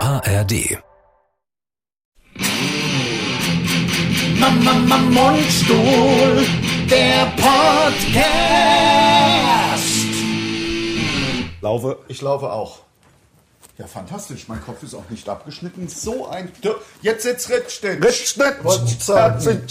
ARD. Mundstuhl, der Podcast. Laufe. Ich laufe auch. Ja, fantastisch. Mein Kopf ist auch nicht abgeschnitten. So ein. Dö- Jetzt sitzt Rittstedt. Rittstedt. Ich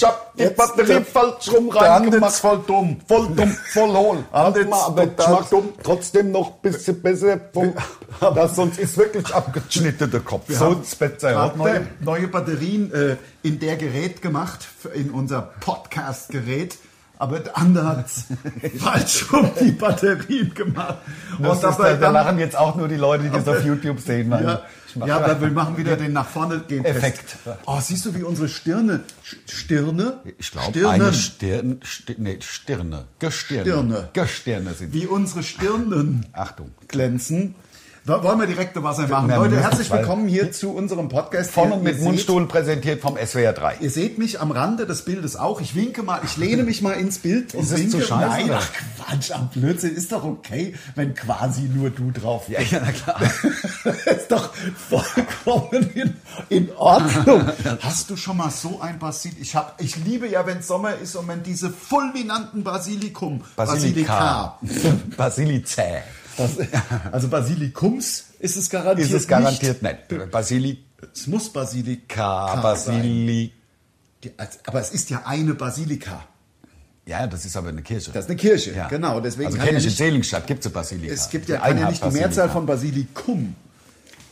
hab die Jetzt Batterie der- falsch rum der Hand reingemacht. ist voll dumm. Voll dumm, voll hohl. Hand ist aber total schmack dumm. Trotzdem noch ein bisschen besser. vom- Das sonst ist wirklich abgeschnitten der Kopf. Wir so haben ein Spitzer. gerade neue, neue Batterien äh, in der Gerät gemacht, f- in unser Podcast-Gerät. Aber der andere hat falsch rum die Batterien gemacht. Das ist, halt dabei da, da dann- lachen jetzt auch nur die Leute, die das auf YouTube sehen. Nein, Ja, ich mach- ja aber wir machen wieder den nach vorne gehen Effekt. Oh, siehst du, wie unsere Stirne, Sch- Stirne, Ich glaube, Stirnen, eine Stirn, Stirn, nee, Stirne. Gestirne. Stirne. Gestirne sind wie unsere Stirnen Achtung. glänzen. Da wollen wir direkt Wasser machen. Na, Leute, müssen, herzlich weil- willkommen hier zu unserem Podcast. Von Ihr- und ihr mit seht- Mundstuhl präsentiert vom SWR 3. Ihr seht mich am Rande des Bildes auch. Ich winke mal, ich lehne mich mal ins Bild und Ist es winke. zu scheiße, Nein, oder? ach Quatsch, am Blödsinn ist doch okay, wenn quasi nur du drauf bist. ja, na klar. ist doch vollkommen in, in Ordnung. Hast du schon mal so ein Basil? Ich hab, ich liebe ja, wenn Sommer ist und wenn diese fulminanten Basilikum, Basilika. Basilizä. Bas- also Basilikums ist es garantiert Ist es garantiert nicht. Basilika, nicht. Es muss Basilika sein. Basili. Die- als- Aber es ist ja eine Basilika. Ja, das ist aber eine Kirche. Das ist eine Kirche, Ja. genau. Deswegen also kann kenne ja ich in nicht, Seligenstadt, gibt es eine Basilika. Also es gibt ja, Die kann ja Einheit nicht die Mehrzahl Basilika. von Basilikum.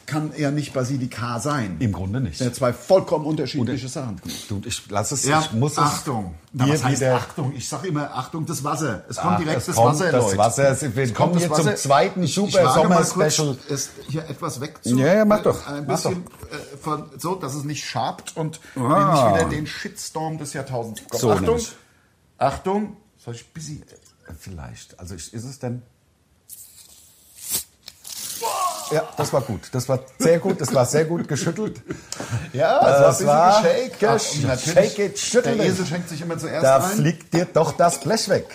Kann ja nicht Basilika sein. Im Grunde nicht. sind ja zwei vollkommen unterschiedliche Sachen. Du, ich lass es, Ja, ich muss es. Achtung. Na, Hier was heißt wieder- Achtung? Ich sage immer Achtung, das Wasser. Es kommt Ach, direkt es das kommt Wasser, das Leute. Wasser. Es- wir kommen Es kommt hier das zum Wasser. zweiten Ich Super wage mal kurz, Sommer-Special. Es hier etwas wegzu. Ja, ja, mach doch. Ein Mach bisschen äh, von, so, dass es nicht schabt und wir Ah. nicht wieder den Shitstorm des Jahrtausends bekommen. So Achtung. nämlich. Achtung. Soll ich ein bisschen... Vielleicht. Also ich, ist es denn? Ja, das war gut. Das war sehr gut. Das war sehr gut geschüttelt. Also Ja, Äh, es war ein bisschen war- geshaked. Und natürlich, Shake it, schüttel Der it. Esel schenkt sich immer zuerst Da ein. fliegt dir doch das Blech weg.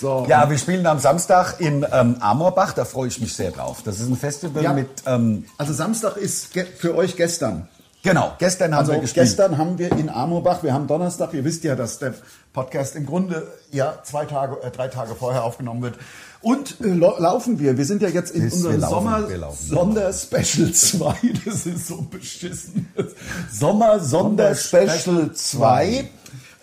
So. Ja, wir spielen am Samstag in ähm, Amorbach. Da freue ich mich sehr drauf. Das ist ein Festival Ja. mit. Ähm, Also Samstag ist ge- für euch gestern. genau. Gestern haben wir Also gespielt. gestern haben wir in Amorbach, wir haben Donnerstag, ihr wisst ja, dass der Podcast im Grunde ja zwei Tage, äh, drei Tage vorher aufgenommen wird. Und äh, lau- laufen wir, wir sind ja jetzt in Ist- wir unserem laufen, Sommer wir laufen. Sonderspecial 2, das ist so beschissen. Sommer Sonderspecial 2.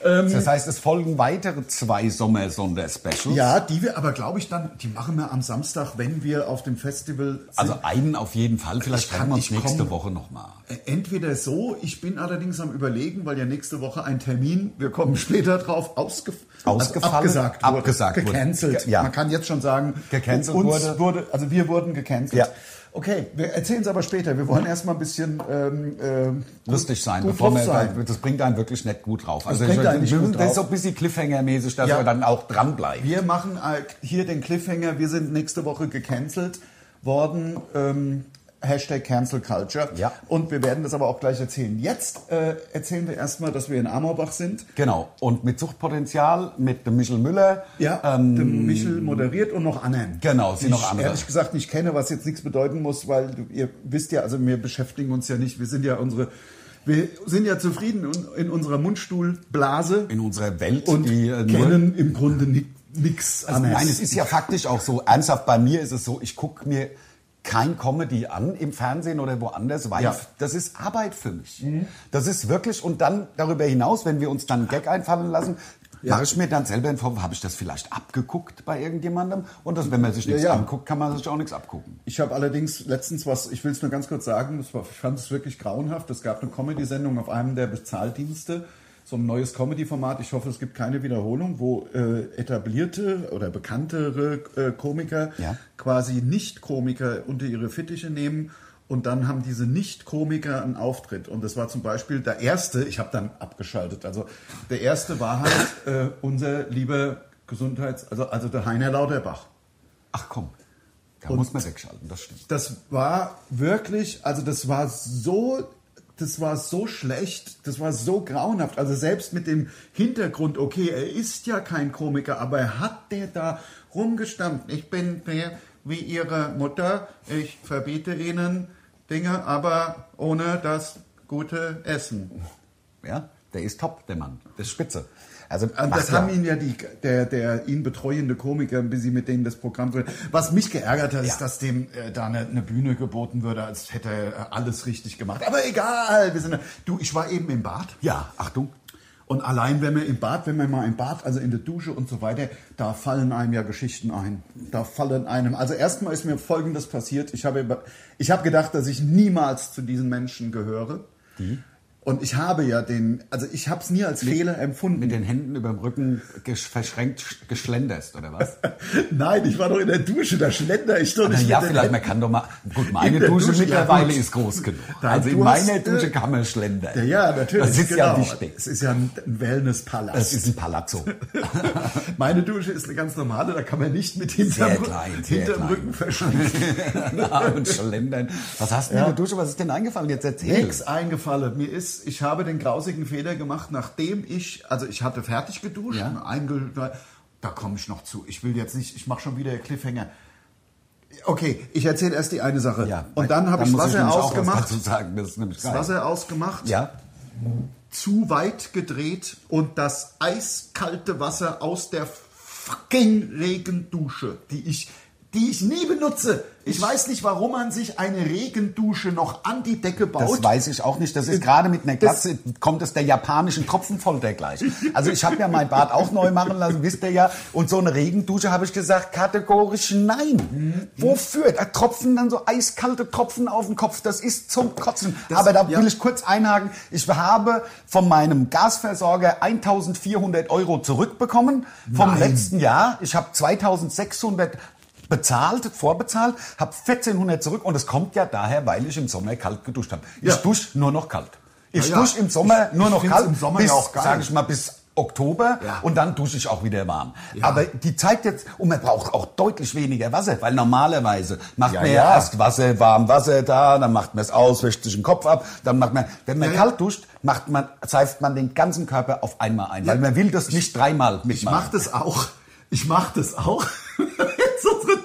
Das heißt, es folgen weitere zwei Sommer-Sonderspecials. Ja, die wir aber, glaube ich, dann, die machen wir am Samstag, wenn wir auf dem Festival sind. Also einen auf jeden Fall. Vielleicht Ich kann treffen wir uns nicht nächste kommen. Woche nochmal. Entweder so, ich bin allerdings am Überlegen, weil ja nächste Woche ein Termin, wir kommen später drauf, ausge Ausgefallen? abgesagt, wurde, Abgesagt wurde. gecancelt. Ge- ja. Man kann jetzt schon sagen, Gecancelt uns wurde. also wir wurden gecancelt. Ja. Okay, wir erzählen es aber später. Wir wollen erstmal ein bisschen ähm, ähm, lustig sein, gut bevor drauf man, sein. das bringt einen wirklich nicht gut drauf. Das bringt ich- einen nicht wir gut müssen- das ist so drauf. ein bisschen Cliffhanger-mäßig, dass Ja. wir dann auch dranbleiben. Wir machen äh, hier den Cliffhanger. Wir sind nächste Woche gecancelt worden. Ähm, Hashtag Cancel Culture. Ja. Und wir werden das aber auch gleich erzählen. Jetzt äh, erzählen wir erstmal, dass wir in Amorbach sind. Genau. Und mit Suchtpotenzial, mit dem Michel Müller. ähm, Ja, der Michel moderiert und noch anderen. Genau, sie die noch ich andere. Ehrlich gesagt nicht kenne, was jetzt nichts bedeuten muss, weil du, ihr wisst ja, also wir beschäftigen uns ja nicht, wir sind ja unsere, wir sind ja zufrieden in, in unserer Mundstuhlblase In unserer Welt, und die äh, nur, kennen im Grunde nichts also, Nein, es ist ja faktisch auch so. Ernsthaft, bei mir ist es so, ich gucke mir kein Comedy an im Fernsehen oder woanders, weil Ja. Mhm. das ist Arbeit für mich. Das ist wirklich, und dann darüber hinaus, wenn wir uns dann einen Gag einfallen lassen, mache ich mir dann selber einen Vorwurf, habe ich das vielleicht abgeguckt bei irgendjemandem? Und das, wenn man sich nichts ja. anguckt, kann man sich auch nichts abgucken. Ich habe allerdings letztens was, ich will es nur ganz kurz sagen, das war, ich fand es wirklich grauenhaft. Es gab eine Comedy-Sendung auf einem der Bezahldienste, so ein neues Comedy-Format. Ich hoffe, es gibt keine Wiederholung, wo äh, etablierte oder bekanntere äh, Komiker Ja. quasi Nicht-Komiker unter ihre Fittiche nehmen. Und dann haben diese Nicht-Komiker einen Auftritt. Und das war zum Beispiel der erste, ich habe dann abgeschaltet, also der erste war halt äh, unser lieber Gesundheits-, also, also der Heiner Lauterbach. Ach komm, da muss man wegschalten, das stimmt. das war wirklich, also das war so, das war so schlecht, das war so grauenhaft. Also selbst mit dem Hintergrund, okay, er ist ja kein Komiker, aber hat der da rumgestampft? Ich bin der wie ihre Mutter, ich verbiete ihnen Dinge, aber ohne das gute Essen. Ja, der ist top, der Mann. Der ist spitze. Also, Und macht Äh, das ja. haben ihn ja die, der, der ihn betreuende Komiker, bis sie mit denen das Programm führen. Was mich geärgert hat, Ja. ist, dass dem äh, da eine, eine Bühne geboten würde, als hätte er alles richtig gemacht. Aber egal, wir sind, du, ich war eben im Bad. Ja, Achtung. Und allein, wenn man im Bad, wenn man mal im Bad, also in der Dusche und so weiter, da fallen einem ja Geschichten ein. Da fallen einem. Also erstmal ist mir Folgendes passiert. Ich habe, über- ich habe gedacht, dass ich niemals zu diesen Menschen gehöre. Und ich habe ja den, also ich habe es nie als Fehler empfunden. Mit den Händen über dem Rücken gesch verschränkt sch- geschlenderst, oder was? Nein, ich war doch in der Dusche, da schlender ich doch nicht. Na ja, mit den vielleicht, man Händen. kann doch mal. Gut, meine der Dusche, Dusche, ja, mittlerweile gut. ist groß genug. Nein, also in du hast, meiner äh, Dusche kann man schlendern. Ja, natürlich. genau. Das ist ja wichtig. Es ist ja ein ein Das Wellnesspalast. ist ein Palazzo. Meine Dusche ist eine ganz normale, da kann man nicht mit hinterm, Sehr Rücken- klein, sehr hinterm klein. Rücken verschwinden. Na, und schlendern. Was hast du denn in der Dusche? Was ist denn eingefallen? Jetzt erzähl. Nix eingefallen. Mir ist, ich habe den grausigen Fehler gemacht, nachdem ich, also ich hatte fertig geduscht, Ja. einge, da komme ich noch zu. Ich will jetzt nicht, ich mache schon wieder Cliffhanger. Okay, ich erzähle erst die eine Sache. und dann habe ich muss Wasser nämlich auch ausgemacht. Was dazu sagen. Das ist nämlich das geil. Wasser ausgemacht, Ja, zu weit gedreht und das eiskalte Wasser aus der fucking Regendusche, die ich, die ich nie benutze. Ich weiß nicht, warum man sich eine Regendusche noch an die Decke baut. das weiß ich auch nicht. Das ist gerade mit einer Äh, Das- Glatze, kommt es der japanischen Tropfenfolter gleich. Also ich habe ja mein Bad auch neu machen lassen, wisst ihr ja. Und so eine Regendusche habe ich gesagt, kategorisch nein. Wofür? Da tropfen dann so eiskalte Tropfen auf den Kopf. Das ist zum Kotzen. Aber da ja. will ich kurz einhaken. Ich habe von meinem Gasversorger 1400 Euro zurückbekommen vom letzten Jahr. Ich habe 2600 bezahlt, vorbezahlt, habe 1400 zurück und es kommt ja daher, weil ich im Sommer kalt geduscht habe. Ich Ja. dusche nur noch kalt. Ich Ja, ja. dusche im Sommer Ich- nur ich noch find's kalt. im Sommer bis, ja auch geil. Sag ich mal, bis Oktober Ja. und dann dusche ich auch wieder warm. Aber die Zeit jetzt, und man braucht auch deutlich weniger Wasser, weil normalerweise macht Ja, man ja ja. erst Wasser, warm Wasser da, dann macht man es aus, wäscht sich den Kopf ab, dann macht man, wenn man Ja, ja. kalt duscht, macht man, seift man den ganzen Körper auf einmal ein, weil Ja. man will das nicht dreimal Ich mach mitmachen. das auch. Ich mach das auch. Jetzt unsere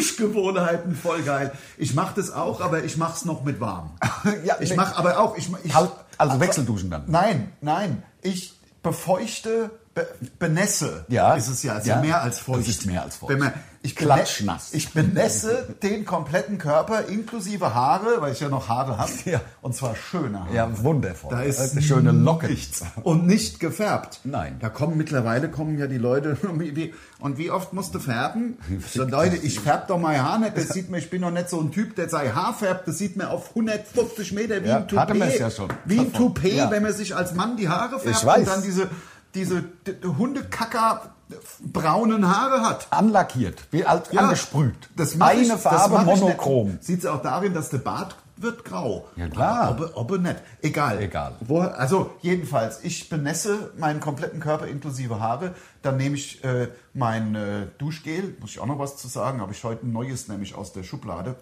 Duschgewohnheiten voll geil. Ich mach das auch, aber ich mach's noch mit warm. Ja, ich nee. mach aber auch. Ich, ich, Kalt, also Wechselduschen dann. Nein, nein. Ich befeuchte, be, benesse. Ja. Ist es ja. Ist ja, Ja. mehr als feucht. Das ist mehr als feucht. Wenn man, ich Klatschnass. Ich benesse den kompletten Körper inklusive Haare, weil ich ja noch Haare habe. Ja. Und zwar schöne Haare. Ja, wundervoll. Da ist Eine schöne Locke. nichts. Und nicht gefärbt. Nein. Da kommen mittlerweile kommen ja die Leute. wie- wie- Und wie oft musst du färben? So, Leute, ich färb doch mein Haar nicht. Das sieht mir, ich bin doch nicht so ein Typ, der sein Haar färbt. Das sieht mir auf 150 Meter wie Ja, ein Toupet. hatten wir es ja schon. Wie ein Davon. Toupet, Ja. wenn man sich als Mann die Haare färbt weiß. und dann diese, diese d- hundekacker braunen Haare hat. Anlackiert, wie alt, Ja. angesprüht. Das mach Eine ich, Farbe, das mach ich monochrom. nicht. Sieht's auch darin, dass der Bart wird grau. Ja, klar. Aber ob, ob nicht. Egal. Egal. Wo, also jedenfalls, ich benesse meinen kompletten Körper inklusive Haare. Dann nehme ich äh, mein äh, Duschgel, muss ich auch noch was zu sagen, habe ich heute ein neues nämlich aus der Schublade.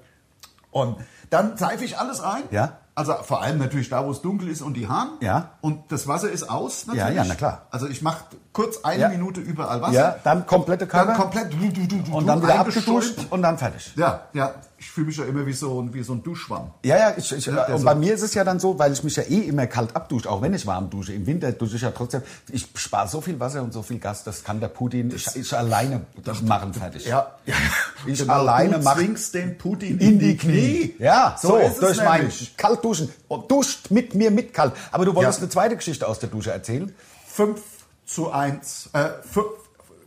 Und dann seife ich alles ein. Ja. Also vor allem natürlich da, wo es dunkel ist und die Haare. Ja. Und das Wasser ist aus natürlich. ja, na klar. Also ich mache kurz eine Ja. Minute überall Wasser. Ja, dann komplette Körper Dann komplett du, du, du, du, und dann wieder eingeschäumt. abgeduscht und dann fertig. Ja, ja, ich fühle mich ja immer wie so, ein- wie so ein Duschschwamm. Ja, ja, ich, ich, Ja, also der und so- bei mir ist es ja dann so, weil ich mich ja eh immer kalt abdusche, auch wenn ich warm dusche. Im Winter dusche ich ja trotzdem. Ich spare so viel Wasser und so viel Gas, das kann der Putin ich, ich alleine machen fertig. Ich alleine Genau, du mach- zwingst den Putin In die Knie. Ja, so, ist es durch mein nämlich. Kaltduschen. Und duscht mit mir mit kalt. Aber du wolltest Ja. eine zweite Geschichte aus der Dusche erzählen. 5 zu 1, äh,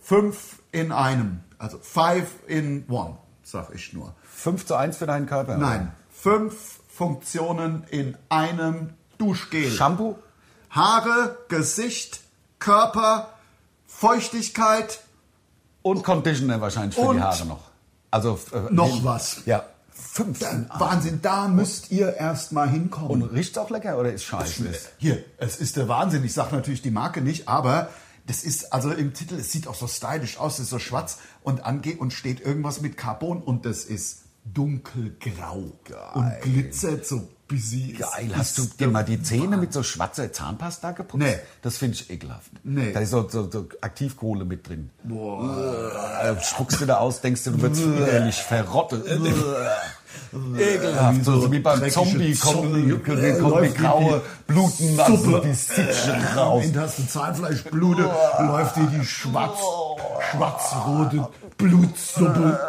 5 in einem. Also 5 in one, sag ich nur. 5 zu 1 für deinen Körper. Nein, 5 Funktionen in einem Duschgel. Shampoo? Haare, Gesicht, Körper, Feuchtigkeit, Und Conditioner wahrscheinlich für die Und- Haare noch. Also äh, noch nee. was. Ja. Fünf. Äh, Wahnsinn, da müsst ihr erst mal hinkommen. Äh, Und riecht's auch lecker oder ist scheiße? Hier, es ist der Wahnsinn. Ich sage natürlich die Marke nicht, aber das ist also im Titel, es sieht auch so stylisch aus, es ist so schwarz und angeht und steht irgendwas mit Carbon und das ist dunkelgrau und glitzert so bis sie Geil, hast du dir mal die Zähne mit so schwarzer Zahnpasta geputzt? Nee. Das finde ich ekelhaft. Nee. Da ist so, so, so Aktivkohle mit drin. Boah. Spuckst du da aus, denkst du, du würdest widerlich verrotten. ekelhaft. So, so wie beim dreckige Zombie Zombie. kommen, Äh, kommen, kommen die läuft wie graue Blutenmassen, Suppe. die Sitzchen Am raus. Ende hast du Zahnfleischblute, läuft dir die schwarz, schwarz-rote Blutsuppe.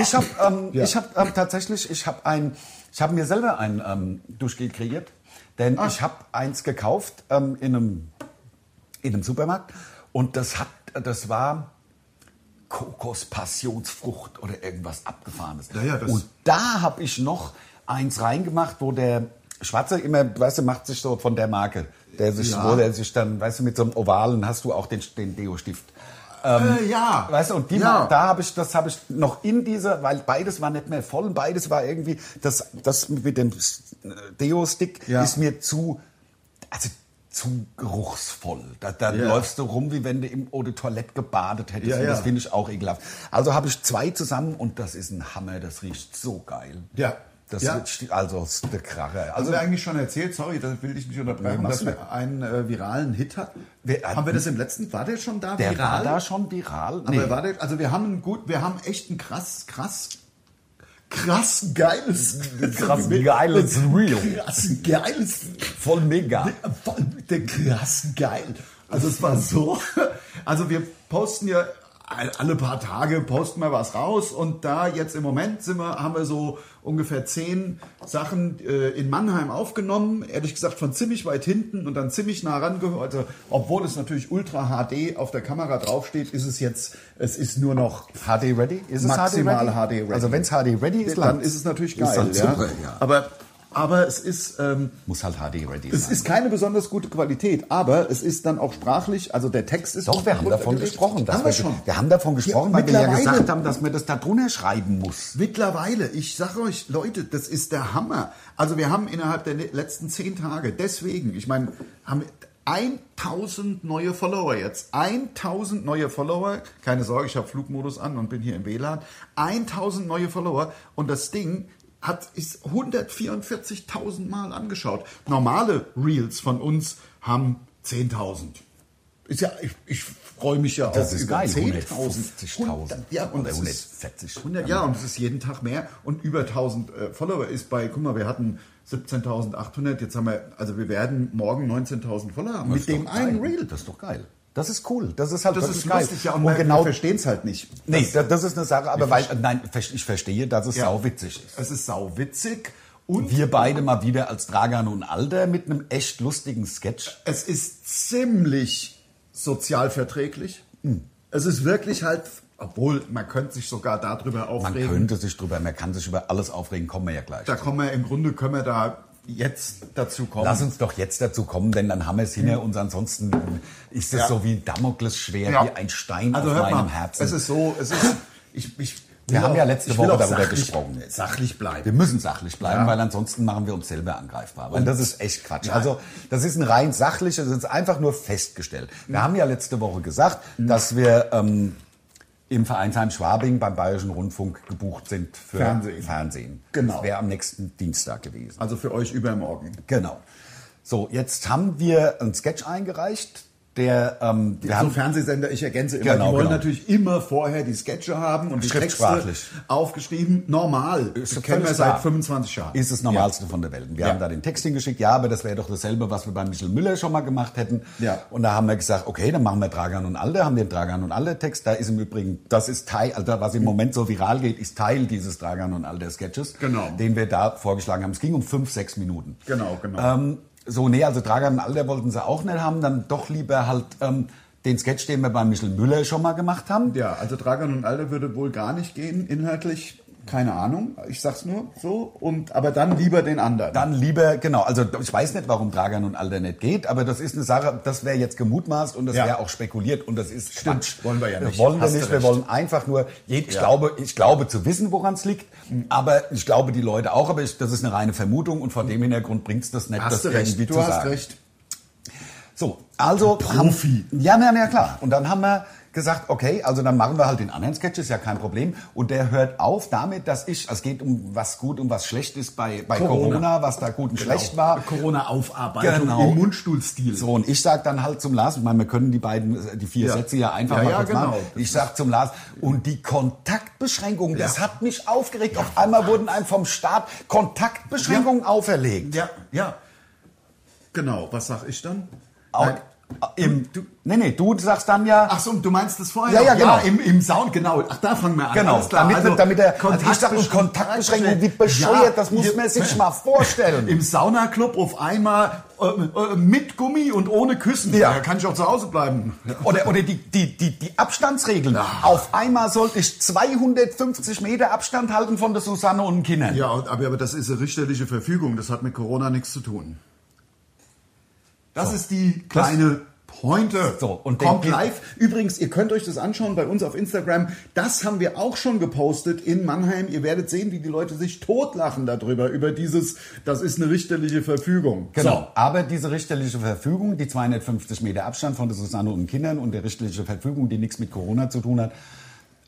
Ich habe ähm, ich hab, ähm, tatsächlich, ich habe ein, ich habe mir selber ein ähm, Duschgel kreiert, denn Ah. ich habe eins gekauft ähm, in einem in einem Supermarkt und das hat, das war Kokos Passionsfrucht oder irgendwas abgefahrenes. Ja, ja, das- und da habe ich noch eins reingemacht, wo der Schwarze immer, weißt du, macht sich so von der Marke, der sich, Ja. wo der sich dann, weißt du, mit so einem Ovalen hast du auch den, den Deo-Stift. äh, ja. Ähm, Weißt du, und die ja. ma- da habe ich, das habe ich noch in dieser, weil beides war nicht mehr voll und beides war irgendwie, das, das mit dem S- Deo-Stick Ja. ist mir zu, also zu geruchsvoll. Da, da Ja. läufst du rum, wie wenn du im Eau de Toilette gebadet hättest. Ja, und das ja. finde ich auch ekelhaft. Also habe ich zwei zusammen und das ist ein Hammer, das riecht so geil. Ja. Das Ja. riecht, also ist der Kracher. Haben Also, wir eigentlich schon erzählt, sorry, da will ich nicht unterbrechen, Nee, machst dass du wir einen äh, viralen Hit hatten. Wir- haben wir das im letzten, war der schon da äh, der viral? war da schon viral. Aber war der, also wir haben einen gut, wir haben echt ein krass, krass, krass geiles, krass geiles Real. krass geiles, voll mega. voll mit der krass geil. Also es war so, also wir posten ja alle paar Tage posten wir was raus und da jetzt im Moment sind wir, haben wir so ungefähr zehn Sachen äh, in Mannheim aufgenommen, ehrlich gesagt von ziemlich weit hinten und dann ziemlich nah rangehört. Also, obwohl es natürlich Ultra HD auf der Kamera draufsteht, ist es jetzt, es ist nur noch HD ready? Ist es Maximal HD ready? HD ready. Also wenn es HD ready ist, dann langt's. ist es natürlich Ist geil. dann ja. super, ja. Aber, aber es ist, ähm, muss halt HD ready es sein. ist keine besonders gute Qualität, aber es ist dann auch sprachlich, also der Text ist. Doch, wir haben davon gesprochen. dass haben wir schon. Wir haben davon gesprochen, weil wir ja mittlerweile. gesagt haben, dass man das da drunter schreiben muss. Mittlerweile, ich sage euch, Leute, das ist der Hammer. Also wir haben innerhalb der le- letzten zehn Tage, deswegen, ich meine, haben wir 1000 neue Follower jetzt. 1000 neue Follower. Keine Sorge, ich habe Flugmodus an und bin hier im WLAN. 1000 neue Follower und das Ding hat ist 144.000 Mal angeschaut. Normale Reels von uns haben 10.000. Ist ja, ich, ich freue mich ja Das auch ist über geil, 10.000. 150.000. Ja, und Oder es ist 140. 100, ja, und es ist jeden Tag mehr. Und über 1000 äh, Follower ist bei, guck mal, wir hatten 17.800, jetzt haben wir, also wir werden morgen 19.000 Follower haben. Mit Das ist dem doch einen geil. Reel. Das ist doch geil. Das ist cool. Das ist halt Das wirklich ist geil. lustig, ja, und, und wir- wir genau, verstehen es halt nicht. nee, das, das ist eine Sache, aber weil, nein, ver- ich verstehe, dass es Ja. sauwitzig ist. Es ist sauwitzig und Wir beide mal wieder als Dragan und Alder mit einem echt lustigen Sketch. es ist ziemlich sozial verträglich. Hm. Es ist wirklich halt, obwohl man könnte sich sogar darüber Man aufregen. könnte sich drüber, man kann sich über alles aufregen, kommen wir ja gleich. Da kommen wir, im Grunde können wir da jetzt dazu kommen. Lass uns doch jetzt dazu kommen, denn dann haben wir es hinter uns. Ansonsten äh, ist es Hm. Ja. so wie Damoklesschwert, Ja. wie ein Stein also auf hört meinem mal, Herzen. Es ist so, es ist. Ich, ich Wir will haben auch- ja letzte ich will Woche auch darüber sachlich- gesprochen. Sachlich bleiben. wir müssen sachlich bleiben, Ja. weil ansonsten machen wir uns selber angreifbar. Weil das ist echt Quatsch. Also das ist ein rein sachliches, das ist einfach nur festgestellt. Hm. Wir haben ja letzte Woche gesagt, dass wir ähm, im Vereinsheim Schwabing beim Bayerischen Rundfunk gebucht sind für Fernsehen. Fernsehen. Genau. Das wäre am nächsten Dienstag gewesen. Also für euch übermorgen. Genau. So, jetzt haben wir einen Sketch eingereicht, der ähm, wir so haben Fernsehsender, ich ergänze immer, Genau, die wollen genau. natürlich immer vorher die Sketche haben und die Texte Schriftsprachlich. aufgeschrieben. Normal. Ist Das kennen wir völlig seit klar. 25 Jahren. ist das Normalste von der Welt. Wir Ja. haben da den Text hingeschickt, ja, aber das wäre doch dasselbe, was wir bei Michel Müller schon mal gemacht hätten. Ja. Und da haben wir gesagt, okay, dann machen wir Dragan und Alde, haben den Dragan und Alde Text. Da ist im Übrigen, das ist Teil, also was im Moment so viral geht, ist Teil dieses Dragan und Alde Sketches, Genau. den wir da vorgeschlagen haben. Es ging um fünf, sechs Minuten. Genau, genau. Ähm, so, nee, also Dragan und Alder wollten sie auch nicht haben, dann doch lieber halt ähm, den Sketch, den wir bei Michel Müller schon mal gemacht haben. ja, also Dragan und Alde würde wohl gar nicht gehen, inhaltlich. Keine Ahnung, ich sag's nur so. Und, aber dann lieber den anderen. Dann lieber, genau, also ich weiß nicht, warum Dragan und Alder nicht geht, aber das ist eine Sache, das wäre jetzt gemutmaßt und das Ja. wäre auch spekuliert und das ist Stimmt, Quatsch. wollen wir ja nicht. Wollen wir Hast du nicht, wir recht. wollen einfach nur, je- ich, Ja. glaube, ich glaube zu wissen, woran es liegt, aber ich glaube die Leute auch, aber ich, das ist eine reine Vermutung und vor dem Hintergrund bringt es das nicht, das hast du irgendwie recht, zu du hast sagen. recht. So, also Profi. Haben, ja, na, na klar. Und dann haben wir gesagt, okay, also dann machen wir halt den anderen Sketch, ist ja kein Problem. Und der hört auf damit, dass ich, es geht um was gut und was schlecht ist bei, bei Corona. Corona. Genau. was da gut und schlecht war. Corona-Aufarbeitung Genau. im Mundstuhlstil. So, und ich sag dann halt zum Lars, ich meine, wir können die beiden, äh, die vier Ja. Sätze ja einfach Ja, mal ja, kurz genau. machen. Ich sag zum Lars, und die Kontaktbeschränkungen, das Ja. hat mich aufgeregt. Auf einmal wurden einem vom Staat Kontaktbeschränkungen auferlegt. Ja, ja. Genau, was sag ich dann? Auch, Nein. Ah, im, du, nee, nee, du sagst dann ja, Ach so, du meinst das vorher? Ja, ja, genau. im, Im Sound, genau. Ach, da fangen wir an. genau, Alles klar. damit, Also, damit er, also ich Kontakt- sag, und Kontaktbeschränkungen, wie bescheuert, Ja, das muss ihr- man sich mal vorstellen. Im Saunaclub auf einmal äh, äh, mit Gummi und ohne Küssen. Ja. Da kann ich auch zu Hause bleiben. Oder, oder die, die, die, die Abstandsregeln. Auf einmal sollte ich 250 Meter Abstand halten von der Susanne und den Kindern. Ja, und- aber, aber das ist eine richterliche Verfügung. Das hat mit Corona nichts zu tun. Das ist die kleine Pointe. So, und kommt den- live. Übrigens, ihr könnt euch das anschauen bei uns auf Instagram. Das haben wir auch schon gepostet in Mannheim. Ihr werdet sehen, wie die Leute sich totlachen darüber, über dieses, das ist eine richterliche Verfügung. Genau. So. Aber diese richterliche Verfügung, die 250 Meter Abstand von der Susanne und den Kindern und der richterliche Verfügung, die nichts mit Corona zu tun hat,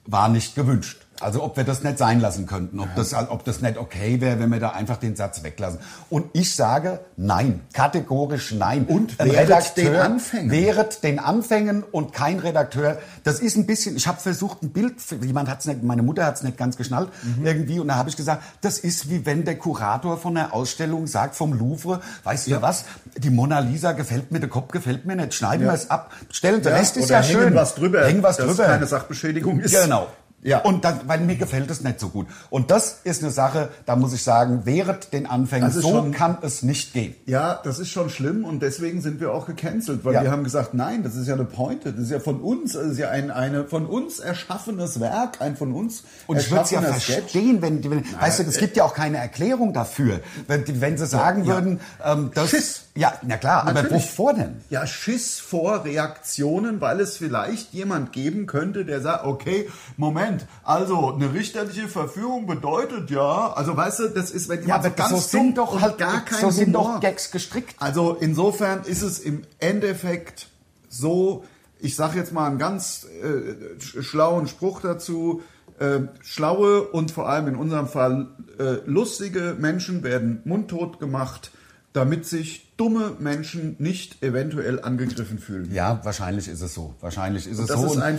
war nicht gewünscht. Also ob wir das nicht sein lassen könnten, ob das, ob das nicht okay wäre, wenn wir da einfach den Satz weglassen. Und ich sage nein, kategorisch nein. Und Ein wehret Redakteur den Anfängen. Wehret den Anfängen und kein Redakteur. Das ist ein bisschen, ich habe versucht, ein Bild, jemand hat's nicht, meine Mutter hat es nicht ganz geschnallt Mhm. irgendwie und da habe ich gesagt, das ist wie wenn der Kurator von einer Ausstellung sagt vom Louvre, weißt du was, die Mona Lisa gefällt mir, der Kopf gefällt mir nicht, schneiden wir es ab, stellen, der Rest ist oder ja hängen schön. was drüber, Hängen was dass drüber. keine Sachbeschädigung ist. Genau. Ja. Und dann, weil mir gefällt es nicht so gut. Und das ist eine Sache, da muss ich sagen, wehret den Anfängen, Das ist so schon- kann es nicht gehen. Ja, das ist schon schlimm und deswegen sind wir auch gecancelt, weil Ja. wir haben gesagt, nein, das ist ja eine Pointe, das ist ja von uns, das ist ja ein eine von uns erschaffenes Werk, ein von uns Und ich würde es ja verstehen, wenn, wenn weißt du, es gibt ja auch keine Erklärung dafür. Wenn, die- wenn sie sagen Ja. würden, ähm, das, Schiss. ja, na klar, aber Natürlich. wovor denn? Ja, Schiss vor Reaktionen, weil es vielleicht jemand geben könnte, der sagt, okay, Moment, also eine richterliche Verfügung bedeutet ja, also weißt du, das ist, wenn Ja, jemand aber so ganz so dumm sind Also doch und halt, gar kein so sind Humor. doch Gags gestrickt. Also insofern ist es im Endeffekt so, ich sage jetzt mal einen ganz äh, sch- schlauen Spruch dazu, äh, schlaue und vor allem in unserem Fall äh, lustige Menschen werden mundtot gemacht, damit sich dumme Menschen nicht eventuell angegriffen fühlen. Ja, wahrscheinlich ist es so. Wahrscheinlich ist es Das so. ist Und- ein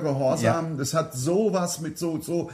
Gehorsam. Das hat sowas mit so, so,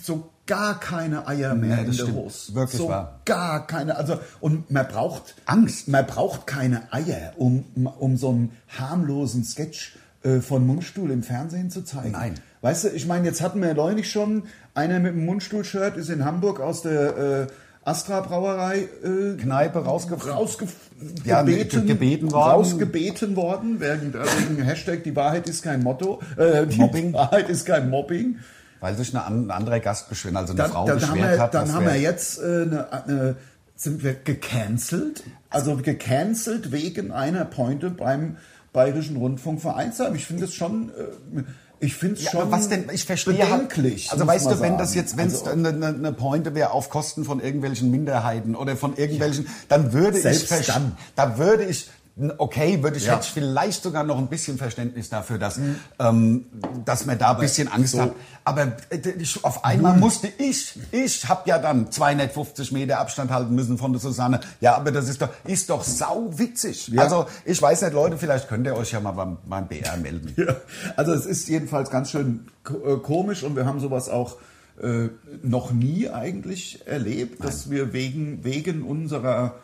so gar keine Eier mehr Nee, in das der stimmt. Hose. Wirklich so wahr. gar keine. Also, und man braucht Angst. Man braucht keine Eier, um, um so einen harmlosen Sketch äh, von Mundstuhl im Fernsehen zu zeigen. Nein. Weißt du, ich meine, jetzt hatten wir ja neulich schon, einer mit dem Mundstuhl-Shirt ist in Hamburg aus der äh, Astra-Brauerei äh, Kneipe rausgefallen. rausgebeten Ja, ge- gebeten worden. rausgebeten worden wegen, äh, wegen Hashtag die Wahrheit ist kein Motto, äh, die Mobbing. Wahrheit ist kein Mobbing. Weil sich eine an- andere Gast beschwert, also eine Dann, Frau dann, haben beschwert wir, hat. dann das haben wir wär- jetzt äh, eine, eine, sind wir gecancelt, also gecancelt wegen einer Pointe beim Bayerischen Rundfunk Vereinsheim. Ich finde es schon, äh, ich finde es Ja, schon aber was denn? Ich verstehe halt- bedenklich. Also muss weißt man du, wenn das sagen. jetzt, wenn es Also- eine eine- eine Pointe wäre auf Kosten von irgendwelchen Minderheiten oder von irgendwelchen, dann würde ich Selbst verstehen. dann. Da würde ich Okay, würde ich Ja. Mhm. hätte ich vielleicht sogar noch ein bisschen Verständnis dafür, dass ähm, dass man da ein bisschen Angst so- hat. Aber äh, ich, auf einmal musste ich, ich habe ja dann 250 Meter Abstand halten müssen von der Susanne. Ja, aber das ist doch ist doch sau witzig. Ja. Also ich weiß nicht, Leute, vielleicht könnt ihr euch ja mal beim, beim BR melden. Ja, also es ist jedenfalls ganz schön ko- äh, komisch und wir haben sowas auch äh, noch nie eigentlich erlebt, dass wir wegen, wegen unserer,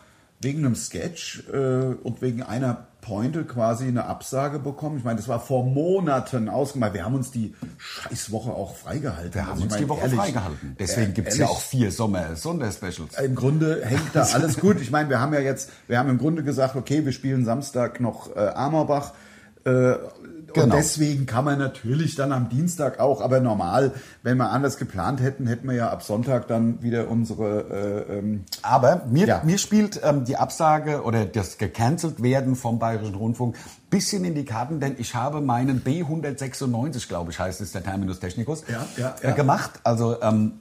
wegen einem Sketch äh, und wegen einer Pointe quasi eine Absage bekommen. Ich meine, das war vor Monaten ausgemacht. Wir haben uns die Scheißwoche auch freigehalten. Wir haben Also ich uns meine, die Woche ehrlich, freigehalten. Deswegen äh, gibt es ja ehrlich, auch vier Sommer-Sonderspecials. im Grunde hängt da Also alles gut. Ich meine, wir haben ja jetzt, wir haben im Grunde gesagt, okay, wir spielen Samstag noch äh, Amerbach. Äh, Genau. Und deswegen kann man natürlich dann am Dienstag auch, aber normal, wenn wir anders geplant hätten, hätten wir ja ab Sonntag dann wieder unsere. Äh, ähm, Aber mir, Ja. mir spielt ähm, die Absage oder das gecancelt werden vom Bayerischen Rundfunk bisschen in die Karten, denn ich habe meinen B196, glaube ich, heißt es der Terminus Technicus, Ja, ja, ja. Äh, gemacht. Also ähm,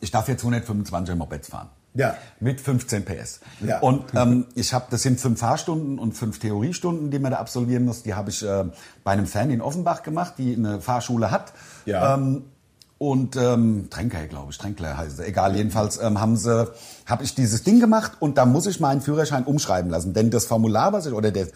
ich darf jetzt 125 Mopeds fahren. Ja. Mit 15 PS. Ja. Und ähm, ich habe, das sind fünf Fahrstunden und fünf Theoriestunden, die man da absolvieren muss. Die habe ich äh, bei einem Fan in Offenbach gemacht, die eine Fahrschule hat. Ja. Ähm, und ähm, Tränker, glaube ich, Tränkler heißt es. Egal, jedenfalls ähm, haben sie, habe ich dieses Ding gemacht und da muss ich meinen Führerschein umschreiben lassen, denn das Formular, was ich oder der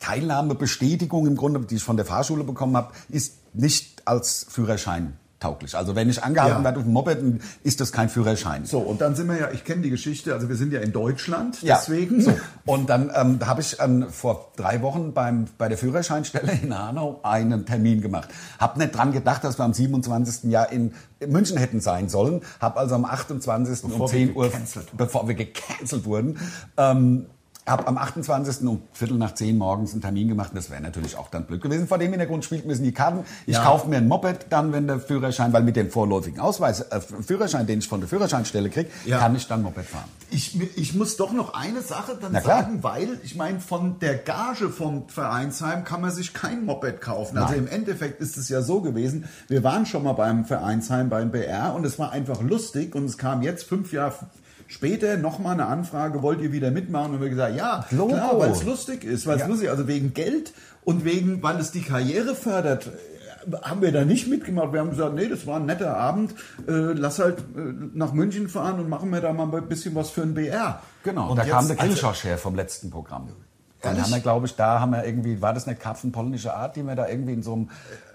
Teilnahmebestätigung im Grunde, die ich von der Fahrschule bekommen habe, ist nicht als Führerschein tauglich. Also wenn ich angehalten Ja. werde auf dem Moped, ist das kein Führerschein. So, und dann sind wir ja, ich kenne die Geschichte, also wir sind ja in Deutschland, Ja. deswegen. So. Und dann ähm, habe ich ähm, vor drei Wochen beim, bei der Führerscheinstelle in Hanau einen Termin gemacht. Hab nicht dran gedacht, dass wir am 27. Jahr in München hätten sein sollen. Hab also am 28. um Bevor 10 wir Uhr, gecancelt wurden. bevor wir gecancelt wurden, ähm, hab am 28. um Viertel nach 10 morgens einen Termin gemacht. Das wäre natürlich auch dann blöd gewesen. Vor dem Hintergrund spielt müssen die Karten. Ich Ja. kaufe mir ein Moped dann, wenn der Führerschein, weil mit dem vorläufigen Ausweis, äh, Führerschein, den ich von der Führerscheinstelle krieg, Ja. kann ich dann Moped fahren. Ich, ich muss doch noch eine Sache dann Na klar. sagen, weil ich meine, von der Gage vom Vereinsheim kann man sich kein Moped kaufen. Also Nein. im Endeffekt ist es ja so gewesen, wir waren schon mal beim Vereinsheim, beim BR und es war einfach lustig und es kam jetzt fünf Jahre später nochmal eine Anfrage, wollt ihr wieder mitmachen? Und wir gesagt, ja, Logo. klar, weil es lustig ist, weil es Ja. lustig also wegen Geld und wegen, weil es die Karriere fördert. äh, Haben wir da nicht mitgemacht? Wir haben gesagt, nee, das war ein netter Abend. Äh, lass halt äh, nach München fahren und machen wir da mal ein bisschen was für ein BR. Genau, und da jetzt- also kam der Grillschorsch her vom letzten Programm. Dann Ehrlich? haben wir, glaube ich, da haben wir irgendwie, war das eine Karpfen polnischer Art, die wir da irgendwie in so einem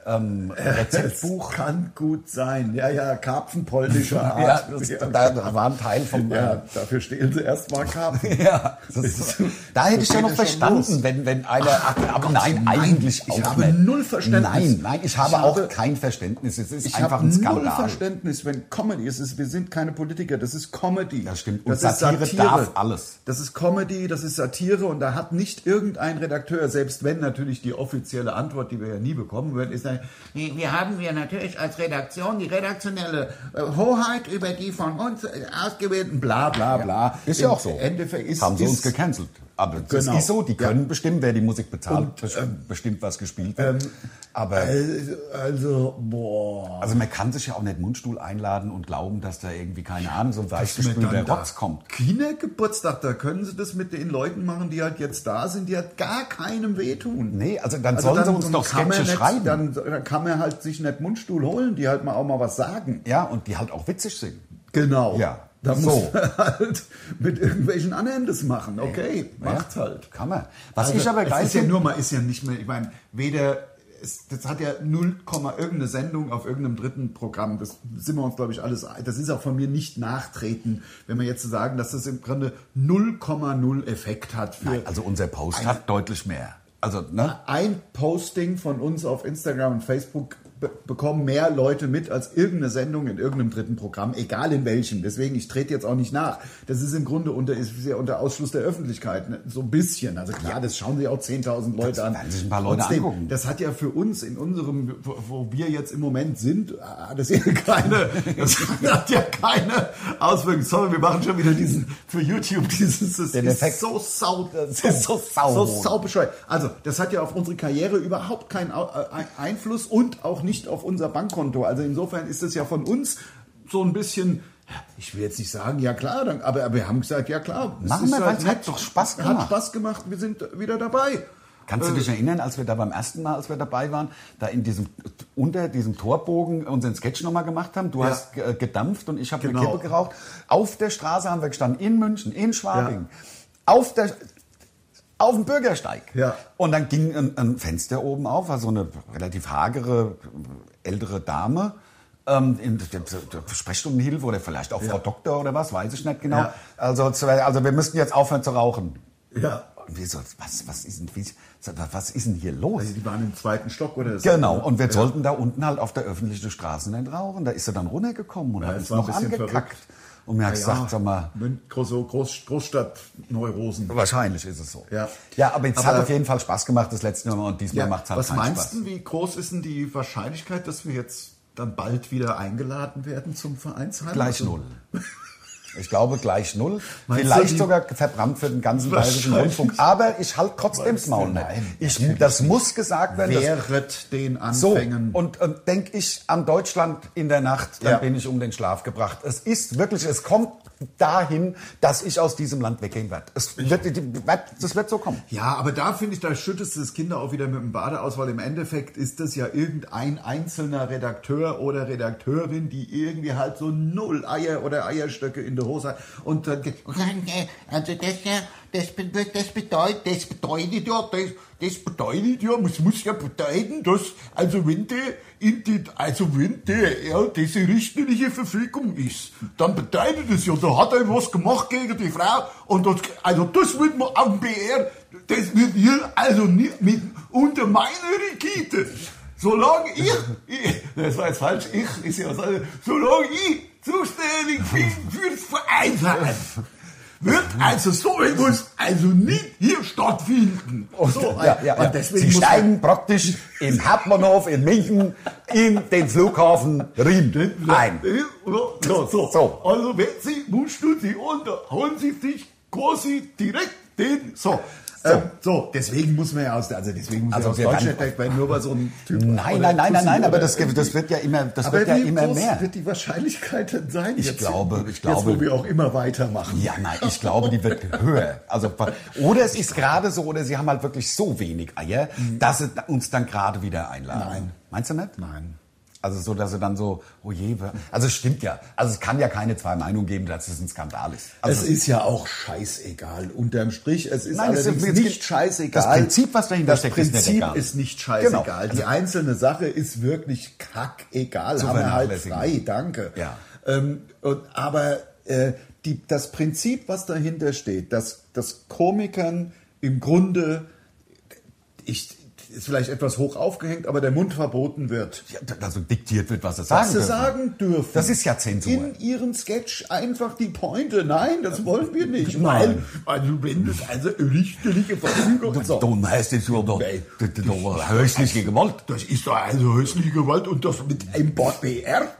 ähm, Das Rezeptbuch. kann gut sein. Ja, ja, Karpfen polnischer Ja, Art. das, Ja, da, da war ein Teil vom. ja, dafür stehlen sie erstmal Karpfen. Äh, ja das, da hätte ich ja noch geht ja schon verstanden, los. wenn, wenn einer. Ach, aber nein, eigentlich ich auch habe nicht. null Verständnis. Nein, nein, ich habe Ich auch habe- kein Verständnis. Es ist Ich einfach habe ein null Skandal. Verständnis, wenn Comedy ist. ist wir sind keine Politiker, das ist Comedy. Das stimmt. Und das Satire ist Satire. darf alles. Das ist Comedy, das ist Satire und da hat nicht irgendein Redakteur, selbst wenn natürlich die offizielle Antwort, die wir ja nie bekommen würden, ist, äh, dann, Nee, Wir haben wir natürlich als Redaktion die redaktionelle äh, Hoheit über die von uns äh, ausgewählten Bla. bla bla bla. Ist ja Im auch so. Endeffekt ist, haben sie ist, uns gecancelt. Aber das Genau. ist so, die Ja. ähm, können bestimmen, wer die Musik bezahlt, best- bestimmt, was gespielt wird. aber äh, Also, boah. Also man kann sich ja auch nicht Mundstuhl einladen und glauben, dass da irgendwie, keine Ahnung, so ein Wenn weichgespülter dann da Rotz kommt. Kindergeburtstag, da können sie das mit den Leuten machen, die halt jetzt da sind, die halt gar keinem wehtun. Nee, also dann sollen sie uns doch kann man Sketche nicht- schreiben. Dann, dann kann man halt sich nicht Mundstuhl holen, die halt mal auch mal was sagen. ja, und die halt auch witzig sind. Genau. Ja. Da So. muss man halt mit irgendwelchen anderen das machen. Okay, macht's ja, halt. Kann man. Was Also, ich aber geil es ist ja finde- nur mal, ist ja nicht mehr, ich meine, weder, es, das hat ja 0, irgendeine Sendung auf irgendeinem dritten Programm, das sind wir uns, glaube ich, alles, ein- das ist auch von mir nicht nachtreten, wenn wir jetzt zu sagen, dass das im Grunde 0,0 Effekt hat für Nein, also unser Post hat deutlich mehr. Also, ne? ein Posting von uns auf Instagram und Facebook be bekommen mehr Leute mit als irgendeine Sendung in irgendeinem dritten Programm, egal in welchem. Deswegen, ich trete jetzt auch nicht nach. Das ist im Grunde unter, ist ja unter Ausschluss der Öffentlichkeit, ne? so ein bisschen. Also klar, das schauen sich auch 10.000 Leute an. werden sich ein paar Leute angucken. Das hat ja für uns in unserem, wo, wo wir jetzt im Moment sind, ah, das ist ja keine, das hat ja keine Auswirkungen. Sorry, wir machen schon wieder diesen, für YouTube dieses, das Den ist Effekt. so sau, Das ist so sau- so sau bescheuert. Also, das hat ja auf unsere Karriere überhaupt keinen Au- äh, Ein- Einfluss und auch nicht auf unser Bankkonto. Also insofern ist das ja von uns so ein bisschen, ich will jetzt nicht sagen, ja klar, dann, aber, aber wir haben gesagt, ja klar. es Machen ist halt wir, weil's nett, hat doch Spaß Hat gemacht. Spaß gemacht, wir sind wieder dabei. Kannst du Äh. dich erinnern, als wir da beim ersten Mal, als wir dabei waren, da in diesem, unter diesem Torbogen unseren Sketch nochmal gemacht haben? Du Ja. hast äh, gedampft und ich habe Genau. eine Kippe geraucht. Auf der Straße haben wir gestanden, in München, in Schwabing. Auf der, auf dem Bürgersteig. Ja. Und dann ging ein, ein Fenster oben auf, war so eine relativ hagere, äh, ältere Dame. Ähm, in der, der der Sprechstundenhilfe oder vielleicht auch Frau Doktor oder was, weiß ich nicht genau. Ja. Also, zu- also wir müssten jetzt aufhören zu rauchen. Ja. Und wir so, was, was, ist denn, wie, was ist denn hier los? Also die waren im zweiten Stock oder so. Genau, und wir sollten da unten halt auf der öffentlichen Straße nicht rauchen. Da ist er dann runtergekommen und hat uns es war ein noch bisschen angekackt. verrückt. Und mir hat Ja, gesagt, sag mal, Mün- Groß, Groß, Großstadt-Neurosen. wahrscheinlich ist es so. Ja. ja aber es hat Aber- auf jeden Fall Spaß gemacht das letzte Mal und diesmal macht es halt Was keinen meinst Spaß. du, wie groß ist denn die Wahrscheinlichkeit, dass wir jetzt dann bald wieder eingeladen werden zum Vereinsheim? Gleich Also- null. Ich glaube gleich null. Meinst du, Vielleicht die- sogar verbrannt für den ganzen bayerischen Wahrscheinlich. Rundfunk. Aber ich halte trotzdem das Maul nicht. Nein, Ich, das muss gesagt werden. Das Wehret den so, Anfängen. und ähm, denke ich an Deutschland in der Nacht, dann Ja. bin ich um den Schlaf gebracht. Es ist wirklich, es kommt dahin, dass ich aus diesem Land weggehen werde. Es wird, die- wird, das wird so kommen. Ja, aber da finde ich, da schüttest du das Kinder auch wieder mit dem Bade aus, weil im Endeffekt ist das ja irgendein einzelner Redakteur oder Redakteurin, die irgendwie halt so null Eier oder Eierstöcke in der Hose hat. Und dann geht, Also das, ja, das, be- das, bedeutet, das bedeutet ja, das, das bedeutet ja, es muss ja bedeuten, dass also wenn der, in die, also wenn der ja, diese richterliche Verfügung ist, dann bedeutet es ja, da hat er was gemacht gegen die Frau und das, also das wird man am BR, das wird hier also nicht mit unter meiner Rigide. Solange ich, ich, das war jetzt falsch, ich ist ja was anderes, solange ich zuständig bin fürs Vereinsheim wird also so etwas also nicht hier stattfinden. so, ja, ja, ja. Und deswegen Sie muss man, steigen praktisch im Hauptbahnhof in München in den Flughafen Riem ein. So, so, so. So. Also wenn Sie Mundstutz unter, holen Sie sich quasi direkt den. so. So. Ähm, so, deswegen muss man ja aus, der- also deswegen muss Also man wir ja aus werden- Deutschland weg, weil nur bei so einem Typ. Nein, oder nein, nein, nein, Tussi nein, aber oder das, ge- das irgendwie. wird ja immer, das aber wird ja wie immer groß mehr. wird die Wahrscheinlichkeit dann sein? Ich glaube, ich Jetzt, glaube- wo wir auch immer weitermachen. Ja, nein, ich glaube, die wird höher. Also, oder es ist gerade so, oder sie haben halt wirklich so wenig Eier, dass sie uns dann gerade wieder einladen. Nein. Meinst du nicht? Nein. Also so, dass sie dann so, oh je, wa- also es stimmt ja. Also es kann ja keine zwei Meinungen geben, dass es ein Skandal ist. Also es ist ja auch scheißegal unterm Strich. Es ist Nein, es ist allerdings jetzt nicht ge- scheißegal. das Prinzip, was dahinter das steckt, ist Prinzip nicht ist nicht, egal. scheißegal. Genau. Die einzelne Sache ist wirklich kackegal. Zu Haben wir halt vernachlässigen. frei, danke. Ja. Ähm, und, aber äh, die, das Prinzip, was dahinter steht, dass, dass Komikern im Grunde, ich, ist vielleicht etwas hoch aufgehängt, aber der Mund verboten wird ja, d- also diktiert wird, was sie sagen was sie dürfen. sagen dürfen. Das ist ja Zensur. In ihrem Sketch einfach die Pointe. Nein, das wollen wir nicht. Nein. Weil, also wenn das also richterliche Verfügung So. Dann heißt es ja doch, Nee. das- das- doch höchstliche Gewalt. Das ist doch also häusliche Gewalt und das mit einem Bord BR.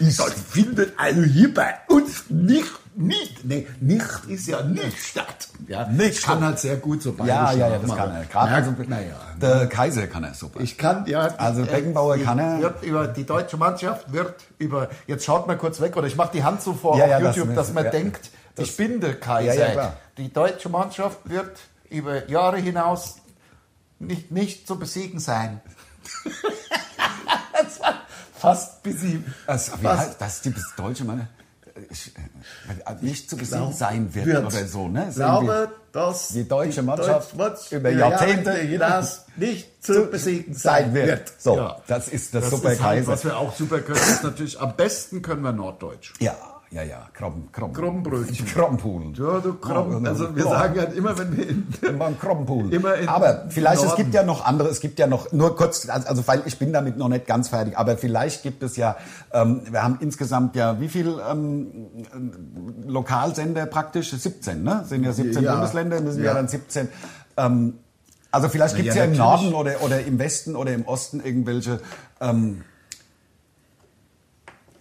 Das findet also hier bei uns nicht, nicht, nee, nicht ist ja nicht statt. ja, nicht kann so. halt sehr gut so Ja, bayerisch ja, ja, das nachmachen. kann er. Gerade also, Merkt- naja. der Kaiser kann er super. Ich kann, ja. Äh, Also Beckenbauer kann er. Wird über die deutsche Mannschaft wird über. Jetzt schaut mal kurz weg oder ich mache die Hand so vor Ja, auf ja, das- YouTube, dass man ja. denkt, ich bin der Kaiser. Ja, ja, klar. die deutsche Mannschaft wird über Jahre hinaus nicht, nicht zu besiegen sein. das war fast besiegen. Das, Also, wie Fast. heißt, das ist die deutsche meine ich, äh, nicht zu besiegen Glaub- sein wird, wird. oder so, ne? Ich Ist glaube, irgendwie- dass die deutsche Mannschaft Mannschaft über Jahrzehnte hinaus nicht zu besiegen sein wird. So, Ja. das ist das, Das super ist halt, Kaiser. was wir auch super können, ist natürlich, am besten können wir Norddeutsch. ja, ja, ja, Krabben, Krabben. Krabbenbrötchen. Krabbenpulen. Ja, du Oh, Krabben. Also wir sagen halt immer, wenn wir in Immer im Krabbenpool. Immer in- aber vielleicht, es Norden. gibt ja noch andere, es gibt ja noch, nur kurz, also also, weil ich bin damit noch nicht ganz fertig, aber vielleicht gibt es ja, ähm, wir haben insgesamt ja, wie viel ähm, Lokalsender praktisch? 17, ne? Sind ja 17 Ja. Bundesländer, müssen ja Ja. dann 17. Ähm, also vielleicht gibt es ja, ja, im natürlich. Norden oder, oder im Westen oder im Osten irgendwelche ähm,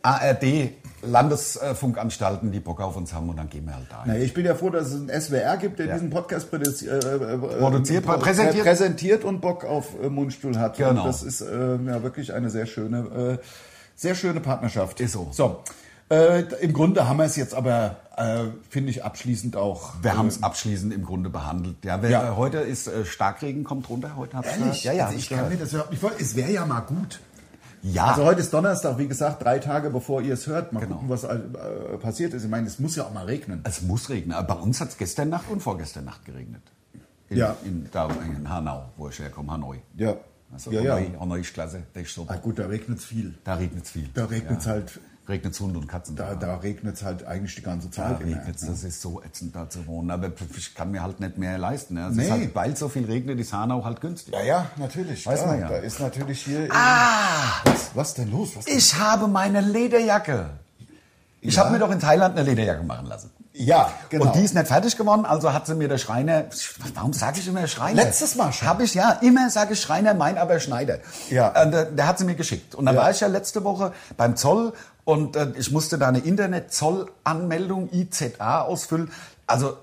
ARD-Landesfunkanstalten, die Bock auf uns haben und dann gehen wir halt da. Naja, ich bin ja froh, dass es einen SWR gibt, der Ja. diesen Podcast prädes- äh, äh, Produziert, pro- präsentiert. präsentiert und Bock auf äh, Mundstuhl hat. Genau. Und das ist äh, ja wirklich eine sehr schöne, äh, sehr schöne Partnerschaft. Ist so. So. Äh, Im Grunde haben wir es jetzt aber, äh, finde ich, abschließend auch. Wir haben es abschließend im Grunde behandelt. Ja, wer, Mhm. Ja. Äh, heute ist äh, Starkregen kommt runter. Heute hat's Ehrlich? Ja, ja, hab also ich ich kann gehört. mir das überhaupt nicht vorstellen. Es wäre ja mal gut. ja. Also heute ist Donnerstag, wie gesagt, drei Tage bevor ihr es hört. Mal Genau. gucken, was äh, passiert ist. Ich meine, es muss ja auch mal regnen. es muss regnen. Aber bei uns hat es gestern Nacht und vorgestern Nacht geregnet. In, Ja. In, da, in Hanau, wo ich herkomme, Hanoi. Ja. Also ja, ja. Hanoi, Hanoi ist klasse. Das ist so, Ah, gut, da regnet es viel. da regnet es viel. Da regnet's halt- Regnet es Hund und Katzen. Da, da halt, ne? regnet es halt eigentlich die ganze Da Zeit. immer. regnet's, das ist so ätzend da zu wohnen. Aber ich kann mir halt nicht mehr leisten. Ne? Es Nee. ist halt, weil so viel regnet, ist Hanau halt günstig. Ja, ja, natürlich. Weiß da, man ja. da ist natürlich hier. Ah! Was, was denn los? Was denn? Ich habe meine Lederjacke. Ich Ja. habe mir doch in Thailand eine Lederjacke machen lassen. Ja, genau. Und die ist nicht fertig geworden, also hat sie mir der Schreiner, warum sage ich immer Schreiner? Letztes Mal schon. Habe ich, ja, immer sage ich Schreiner, mein aber Schneider. Ja. Äh, der, der hat sie mir geschickt. Und dann Ja. war ich ja letzte Woche beim Zoll und äh, ich musste da eine Internet-Zollanmeldung, IZA, ausfüllen. Also,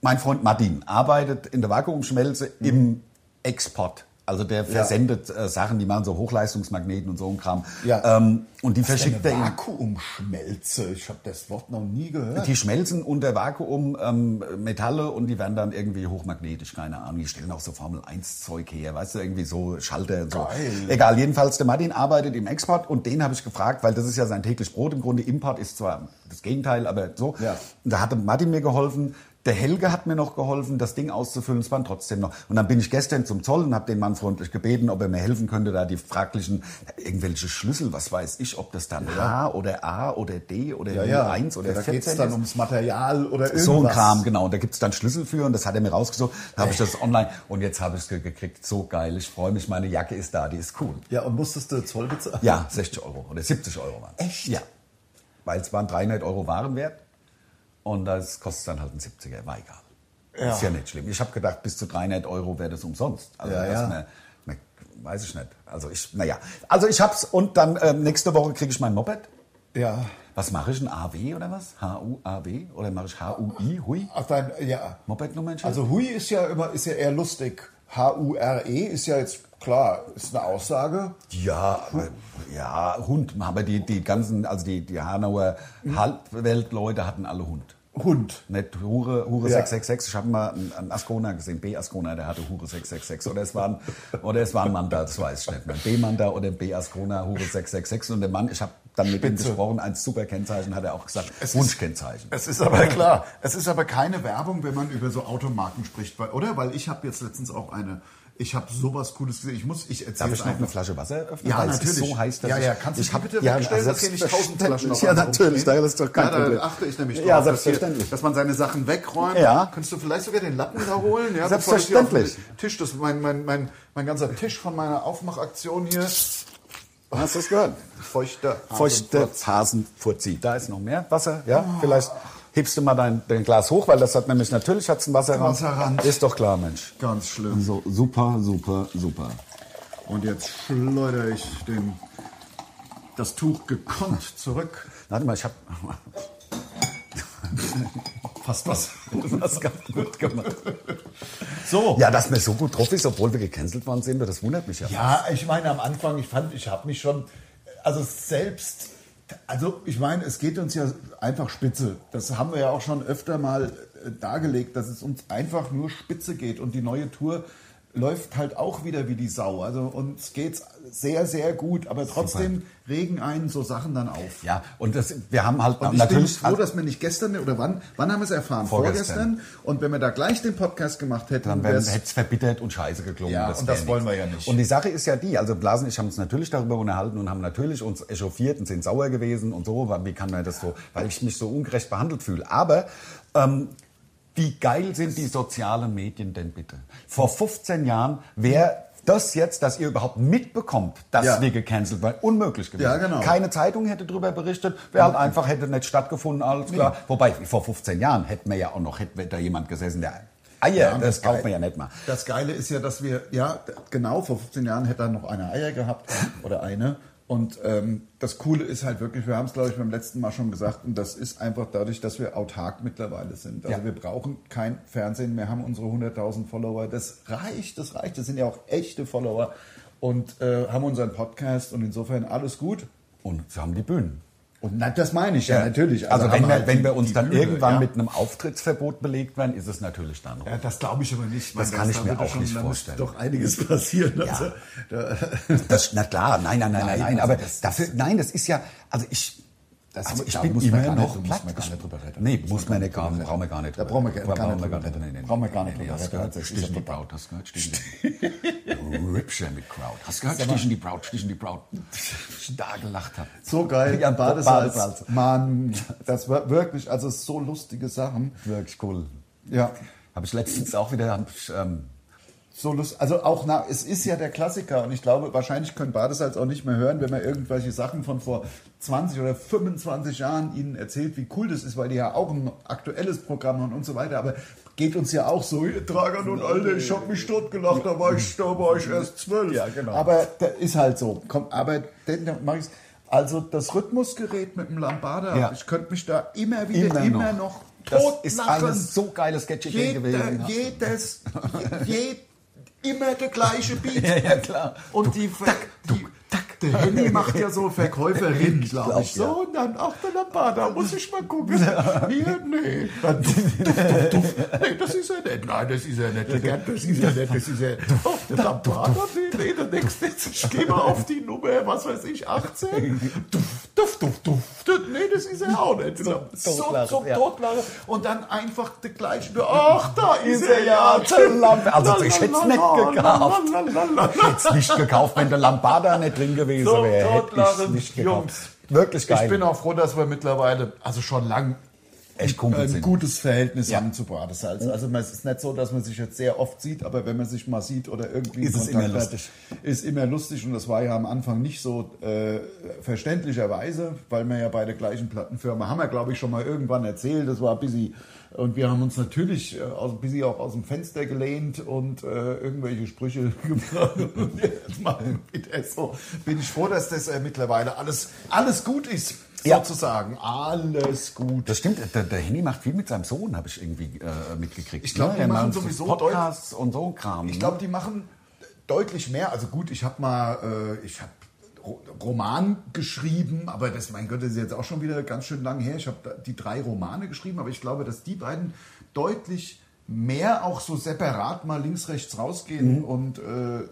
mein Freund Martin arbeitet in der Vakuumschmelze Mhm. im Export. Also der versendet äh, Sachen, die machen so Hochleistungsmagneten und so ein Kram. Ja. Ähm, und die Eine verschickt er in Vakuumschmelze. Ich habe das Wort noch nie gehört. die schmelzen unter Vakuum ähm, Metalle und die werden dann irgendwie hochmagnetisch, keine Ahnung. Die stellen auch so Formel-1-Zeug her, weißt du, irgendwie so Schalter und so. Geil. Egal, jedenfalls, der Martin arbeitet im Export und den habe ich gefragt, weil das ist ja sein täglich Brot im Grunde. Import ist zwar das Gegenteil, aber so. Ja. Und da hatte Martin mir geholfen. Der Helge hat mir noch geholfen, das Ding auszufüllen. Es waren trotzdem noch. Und dann bin ich gestern zum Zoll und habe den Mann freundlich gebeten, ob er mir helfen könnte, da die fraglichen, irgendwelche Schlüssel, was weiß ich, ob das dann H oder A oder D oder Ja, ja, ja. 1 oder da 14 geht's dann ist. ums Material oder irgendwas. um So ein Kram, genau. Und da gibt's dann Schlüssel für und das hat er mir rausgesucht. Da habe ich das online und jetzt habe ich es gekriegt. So geil. Ich freue mich, meine Jacke ist da, die ist cool. Ja, und musstest du Zoll bezahlen? genau. Ja, 60 Euro oder 70 Euro waren Echt? Ja. Weil es waren 300 Euro Warenwert und das kostet dann halt ein 70er, war egal. Ist ja nicht schlimm. Ich habe gedacht, bis zu 300 Euro wäre das umsonst. Also Ja, dass ja. Man, man, weiß ich nicht. Also ich, naja. Also ich hab's und dann ähm, nächste Woche kriege ich mein Moped. Ja. Was mache ich? Ein AW oder was? H-U-A-W? Oder mache ich H-U-I? Hui? Ach, dein, ja. Mopednummern? Also Hui ist ja immer, ist ja eher lustig. H-U-R-E E ist ja jetzt, klar, ist eine Aussage. Ja, aber, ja, Hund. Aber die, die ganzen, also die, die Hanauer Halbweltleute hatten alle Hund. Hund. Nicht Hure, Hure Ja. 666. Ich habe mal einen, einen Ascona gesehen, B. Ascona, der hatte Hure 666. Oder es war ein, oder es war ein Mann da, das weiß ich nicht mehr. B. Mann da oder B. Ascona, Hure 666. Und der Mann, ich habe dann mit ihm gesprochen, ein super Kennzeichen, hat er auch gesagt. Wunschkennzeichen. Es ist aber klar, es ist aber keine Werbung, wenn man über so Automarken spricht, weil, oder? Weil ich habe jetzt letztens auch eine, ich habe sowas Cooles gesehen. Ich muss, ich erzähle Darf ich noch eine Flasche Wasser öffnen? Ja, Weil es natürlich. ist so heiß, dass ja, ich, ja, kannst du ich die hab- bitte ja, also wegstellen, dass hier nicht tausend Flaschen auf Ja, einmal natürlich, rumstehen? da ist doch kein ja, da Problem. achte ich nämlich Ja, drauf, dass selbstverständlich. Hier, dass man seine Sachen wegräumt. Ja. Kannst du vielleicht sogar den Lappen da holen? Ja, Selbstverständlich. bevor ich hier auf den Tisch, das mein, mein, mein, mein ganzer Tisch von meiner Aufmachaktion hier. Hast du es gehört? Feuchter. Feuchte Hasenfurzi. Da ist noch mehr Wasser. Ja, Ah. vielleicht hebst du mal dein, dein Glas hoch, weil das hat nämlich natürlich hat's einen Wasserrand. Wasserrand. Ist doch klar, Mensch. Ganz schlimm. So, super, super, super. Und jetzt schleudere ich den, das Tuch gekonnt zurück. Warte mal, ich habe Fast was. was kaputt gemacht. So. Ja, dass mir so gut drauf ist, obwohl wir gecancelt worden sind, das wundert mich ja. Oh. Ja, ich meine, am Anfang, ich fand, ich habe mich schon, also selbst, also ich meine, es geht uns ja einfach spitze. Das haben wir ja auch schon öfter mal äh, dargelegt, dass es uns einfach nur spitze geht und die neue Tour läuft halt auch wieder wie die Sau. Also uns geht's sehr, sehr gut, aber trotzdem regen einen so Sachen dann auf. Ja, und das, wir haben halt Und ich natürlich. bin froh, dass wir nicht gestern oder wann, wann haben wir es erfahren? Vorgestern. Vorgestern. Und wenn wir da gleich den Podcast gemacht hätten, dann wär's- hätte es verbittert und scheiße geklungen. Ja, und das wär wollen nix. wir ja nicht. Und die Sache ist ja die, also Blasen, ich haben uns natürlich darüber unterhalten und haben natürlich uns echauffiert und sind sauer gewesen und so, weil- wie kann man das so, weil ich mich so ungerecht behandelt fühle. Aber ähm, wie geil sind die sozialen Medien denn bitte? Vor 15 Jahren wäre das jetzt, dass ihr überhaupt mitbekommt, dass Ja. wir gecancelt waren, unmöglich gewesen. Ja, genau. Keine Zeitung hätte darüber berichtet, wäre halt einfach, hätte nicht stattgefunden, alles klar. Wobei, vor 15 Jahren hätten wir ja auch noch, hätte da jemand gesessen, der Eier, und das das kauft Ei- man ja nicht mal. Das Geile ist ja, dass wir, ja, d- genau, vor 15 Jahren hätte er noch eine Eier gehabt oder eine. Und ähm, das Coole ist halt wirklich, wir haben es, glaube ich, beim letzten Mal schon gesagt, und das ist einfach dadurch, dass wir autark mittlerweile sind. Also Ja. wir brauchen kein Fernsehen mehr, haben unsere 100.000 Follower. Das reicht, das reicht. Das sind ja auch echte Follower. Und äh, haben unseren Podcast und insofern alles gut. Und sie haben die Bühnen. Und na, das meine ich ja, natürlich. Also, haben wenn, wir, halt wenn die- wir uns die dann Bühne, irgendwann ja. mit einem Auftrittsverbot belegt werden, ist es natürlich dann Ja, ja. das glaube ich aber nicht. Das Man, kann ich da mir würde auch nicht da muss vorstellen. Doch einiges passieren. Also, da, das, Na klar, nein, nein, nein, nein, nein. also Aber das- dafür, nein, das ist ja, also ich, Das- also ich da bin muss man immer gar nicht- noch muss platt. man gar Ich- nicht drüber reden. Nee, Muss muss man man nicht gar gar nicht nicht, brauchen wir gar nicht. Da drüber. brauchen wir gar- gar brauchen nicht wir gar drüber nicht. reden. nee, nee, nee. Brauchen wir gar nicht Nee, nee, drüber Hast reden. gehört, Das ist Stich in die ja Braut, hast gehört, Stich in die Ripscher mit Kraut. Hast gehört, Stich in die Braut, Stich in die Braut. Ich da gelacht habe. so geil. Ja, Badesalz. Badesalz. Mann, das war wirklich, also so lustige Sachen. Wirklich cool. Ja. Habe ich letztens auch wieder, hab ich, ähm, so lust, also auch na, es ist ja der Klassiker und ich glaube, wahrscheinlich können Badesalz auch nicht mehr hören, wenn man irgendwelche Sachen von vor 20 oder 25 Jahren ihnen erzählt, wie cool das ist, weil die ja auch ein aktuelles Programm haben und so weiter, aber geht uns ja auch so, ihr Trager nun, Alter, ich hab mich tot gelacht, da war ich, da war ich erst zwölf. Ja, genau. Aber da ist halt so. Komm, aber dann mach ich's. Also das Rhythmusgerät mit dem Lambada, Ja. ich könnte mich da immer wieder, Immer immer, noch. noch, Das totlachen. ist eine so geile Sketch-Idee Jeder, gewesen. ja. jedes, je, immer der gleiche Beat. Ja, ja, klar. Und die, Ver- die der Henny macht ja so Verkäuferin, glaube glaub, ich. So, und dann, ach, der Lambada, muss ich mal gucken. Wir, nee. Dann duff, duff, duff, duff. Nee, das ist ja nicht. Nein, das ist ja nicht. Das ist ja nicht. Das ist ja Oh, der Lambada, nee, nee, der nächste. ist- Ich gehe mal auf die Nummer, was weiß ich, 18. Duff, duff, duff, duff. Nee, das ist ja auch nicht. So, so Totlachen, zum ja. Totlachen. Und dann einfach der gleiche. Ach, da ist er ja. Also, ich hätt's nicht gekauft. gekauft. Hätt's nicht gekauft, wenn der Lambada nicht drin gewesen So, wäre. Hätte ich's totlachen, nicht gekauft. Jungs. Wirklich geil. Ich bin auch froh, dass wir mittlerweile, also schon lang, echt Kumpel ein sind. gutes Verhältnis haben zu Badesalz. Also man- es ist nicht so, dass man sich jetzt sehr oft sieht, aber wenn man sich mal sieht oder irgendwie Ist es Kontakt immer hat, lustig. ist immer lustig und das war ja am Anfang nicht so äh, verständlicherweise, weil wir ja bei der gleichen Plattenfirma haben wir glaube ich schon mal irgendwann erzählt, das war busy und wir haben uns natürlich äh, aus, busy auch aus dem Fenster gelehnt und äh, irgendwelche Sprüche gebracht. Und jetzt mal wieder so. Bin ich froh, dass das äh, mittlerweile alles alles gut ist. Ja. Sozusagen. Alles gut. Das stimmt, der, der Henny macht viel mit seinem Sohn, habe ich irgendwie äh, mitgekriegt. Ich glaub, ne? die Der machen so sowieso Podcasts und so ein Kram. ne? Ich glaube, die machen deutlich mehr. Also gut, ich habe mal, äh, ich habe Roman geschrieben, aber das, mein Gott, das ist jetzt auch schon wieder ganz schön lang her. Ich habe die drei Romane geschrieben, aber ich glaube, dass die beiden deutlich mehr auch so separat mal links rechts rausgehen und äh,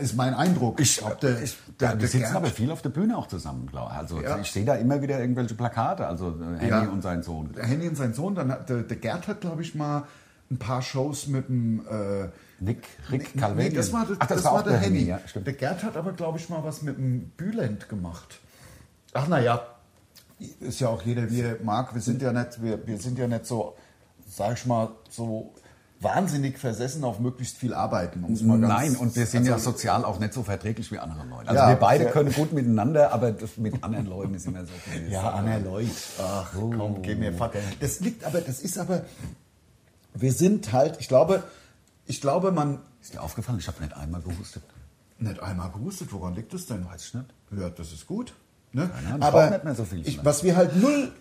ist mein Eindruck. Mhm. Ich, Ob der- ich, der- ja, wir der sitzen Gerd- aber viel auf der Bühne auch zusammen, glaube ich. Also Ja. ich sehe da immer wieder irgendwelche Plakate, also äh, Henny Ja. und sein Sohn. Der Henny und sein Sohn, dann hat der, der Gerd hat, glaube ich, mal ein paar Shows mit dem äh, Nick, Rick, nee, Calvin. Nee, das war, Ach, das war, auch der Henny. ja, stimmt. der Gerd hat aber, glaube ich, mal was mit dem Bülent gemacht. Ach naja, ist ja auch jeder, wie er mag. Wir sind ja nicht, wir, wir sind ja nicht so, sag ich mal, so wahnsinnig versessen auf möglichst viel arbeiten. um's mal ganz- Nein, und wir sind ja also, sozial auch nicht so verträglich wie andere Leute. Also Ja, wir beide sehr- können gut miteinander, aber das mit anderen Leuten ist immer so viel. Ja, Oh. Anna Leut. Ach, komm, geh mir fuck. Das liegt aber, das ist aber, wir sind halt, ich glaube, ich glaube, man, Ist dir aufgefallen? Ich habe nicht einmal gehustet. Nicht einmal gehustet, woran liegt das denn? Weiß ich nicht. Ja, das ist gut. Ne? Ahnung, ich Aber rauch nicht mehr so viel. ich, was wir halt null,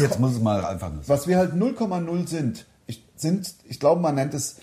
Jetzt muss es mal einfach nur was wir halt 0,0 sind, ich, sind, ich glaube, man nennt es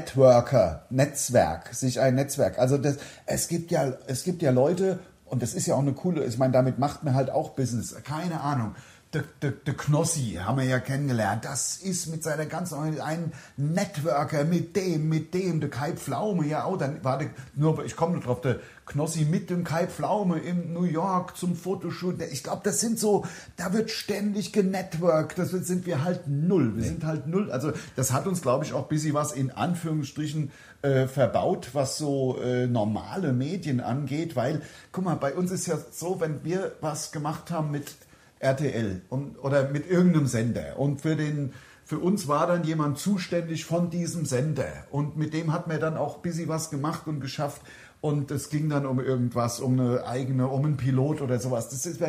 Networker, Netzwerk, sich ein Netzwerk. Also das, es gibt ja, es gibt ja Leute, und das ist ja auch eine coole, ich meine, damit macht man halt auch Business. Keine Ahnung. Der, der, der Knossi haben wir ja kennengelernt. Das ist mit seiner ganzen, ein Networker mit dem, mit dem, der Kai Pflaume, ja auch, dann war der, nur, ich komme nur drauf, der Knossi mit dem Kai Pflaume in New York zum Fotoshoot. Ich glaube, das sind so, da wird ständig genetworked. Das wird- sind wir halt null. Wir sind halt null. Also das hat uns, glaube ich, auch ein bisschen was in Anführungsstrichen äh, verbaut, was so äh, normale Medien angeht. Weil, guck mal, bei uns ist ja so, wenn wir was gemacht haben mit RTL und, oder mit irgendeinem Sender und für den für uns war dann jemand zuständig von diesem Sender und mit dem hat man dann auch ein bisschen was gemacht und geschafft und es ging dann um irgendwas, um eine eigene, um einen Pilot oder sowas. Das ist,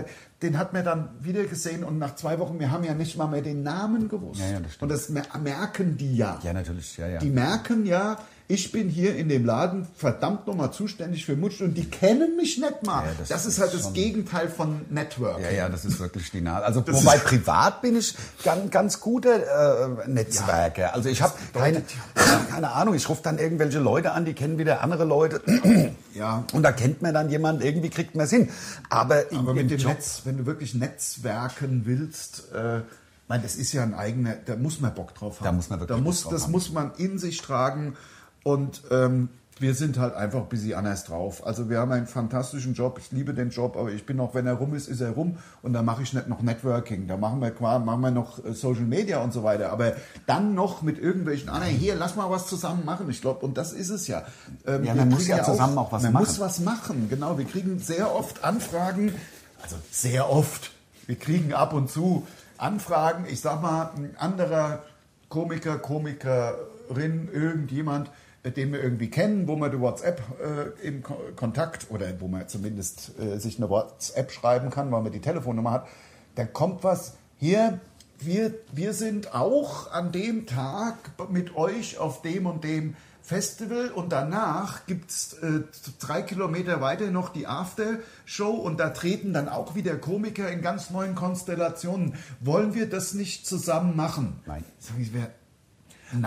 den hat man dann wieder gesehen und nach zwei Wochen, wir haben ja nicht mal mehr den Namen gewusst. Ja, ja, das stimmt. und das mer- merken die ja. Ja, natürlich, ja, ja. Die merken ja, ich bin hier in dem Laden verdammt nochmal zuständig für Mutsch und die kennen mich nicht mal. Ja, das das, ist ist halt das schon- Gegenteil von Network. Ja, ja, das ist wirklich die Nase. Also Das wobei ist- privat bin ich ganz, ganz gute äh, Netzwerke. also ich habe keine, keine Ahnung. Ich rufe dann irgendwelche Leute an, die kennen wieder andere Leute. Ja. Und da kennt man dann jemanden, irgendwie kriegt man es hin. Aber, in, Äh, Aber im mit dem Job, Netz, wenn du wirklich Netzwerken willst, äh, mein, das ist ja ein eigener, da muss man Bock drauf haben. Da muss man wirklich da Bock muss, drauf Das haben. muss man in sich tragen und ähm, wir sind halt einfach ein bisschen anders drauf. Also wir haben einen fantastischen Job, ich liebe den Job, aber ich bin auch, wenn er rum ist, ist er rum und da mache ich nicht noch Networking, da machen wir, qua- machen wir noch äh, Social Media und so weiter, aber dann noch mit irgendwelchen anderen, hier, lass mal was zusammen machen, ich glaube, und das ist es ja. Ähm, Ja, wir man muss kriegen ja zusammen auch was man machen. Muss was machen, genau. Wir kriegen sehr oft Anfragen, also sehr oft. Wir kriegen ab und zu Anfragen. Ich sag mal, ein anderer Komiker, Komikerin, irgendjemand äh, den wir irgendwie kennen, wo wir die WhatsApp äh, im Ko Kontakt oder wo man zumindest äh, sich eine WhatsApp schreiben kann, weil man die Telefonnummer hat, dann kommt was hier. Wir, wir sind auch an dem Tag mit euch auf dem und dem Festival und danach gibt es äh, drei Kilometer weiter noch die After-Show und da treten dann auch wieder Komiker in ganz neuen Konstellationen. Wollen wir das nicht zusammen machen? Nein. Sag ich, wer,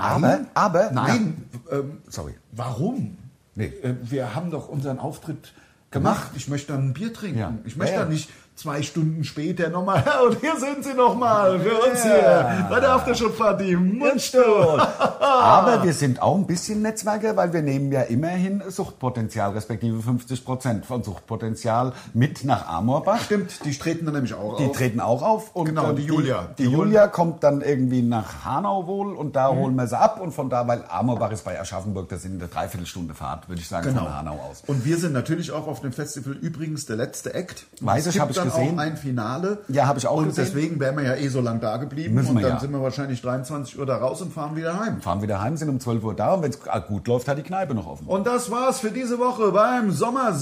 Aber, aber, nein. Ähm, Sorry. Warum? Nee. Äh, wir haben doch unseren Auftritt gemacht. Ich möchte dann ein Bier trinken. Ja. Ich möchte Ja, ja. dann nicht zwei Stunden später nochmal. Und hier sind sie nochmal für uns hier bei der Aftershow-Party. Mundstuhl. Aber wir sind auch ein bisschen Netzwerker, weil wir nehmen ja immerhin Suchtpotenzial, respektive 50 Prozent von Suchtpotenzial mit nach Amorbach. Stimmt, die treten dann nämlich auch Die auf. treten auch auf. Und Genau, äh, die Julia. Mhm. Die, die Julia kommt dann irgendwie nach Hanau wohl und da holen wir sie ab. Und von da, weil Amorbach ist bei Aschaffenburg, das sind eine Dreiviertelstunde Fahrt, würde ich sagen, Genau. von Hanau aus. Und wir sind natürlich auch auf dem Festival übrigens der letzte Act. Und Weiß ich, es gibt hab ich dann gesehen. Auch ein Finale. Ja, hab ich auch Und gesehen. deswegen wären wir ja eh so lang da geblieben. Müssen und wir dann ja. sind wir wahrscheinlich 23 Uhr da raus und fahren wieder heim. Fahren wieder heim, sind um 12 Uhr da und wenn es gut läuft, hat die Kneipe noch offen. Und das war's für diese Woche beim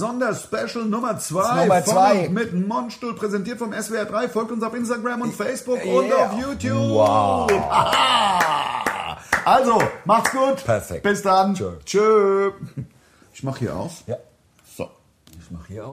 Sommer-Sonderspecial Nummer 2. Nummer zwei. Mit Monstuhl präsentiert vom SWR 3. Folgt uns auf Instagram und Facebook und Yeah. auf YouTube. Wow. Aha. Also, macht's gut. Perfekt. Bis dann. Tschö. Tschö. Ich mach hier aus. Ja. So. Ich mache hier auch.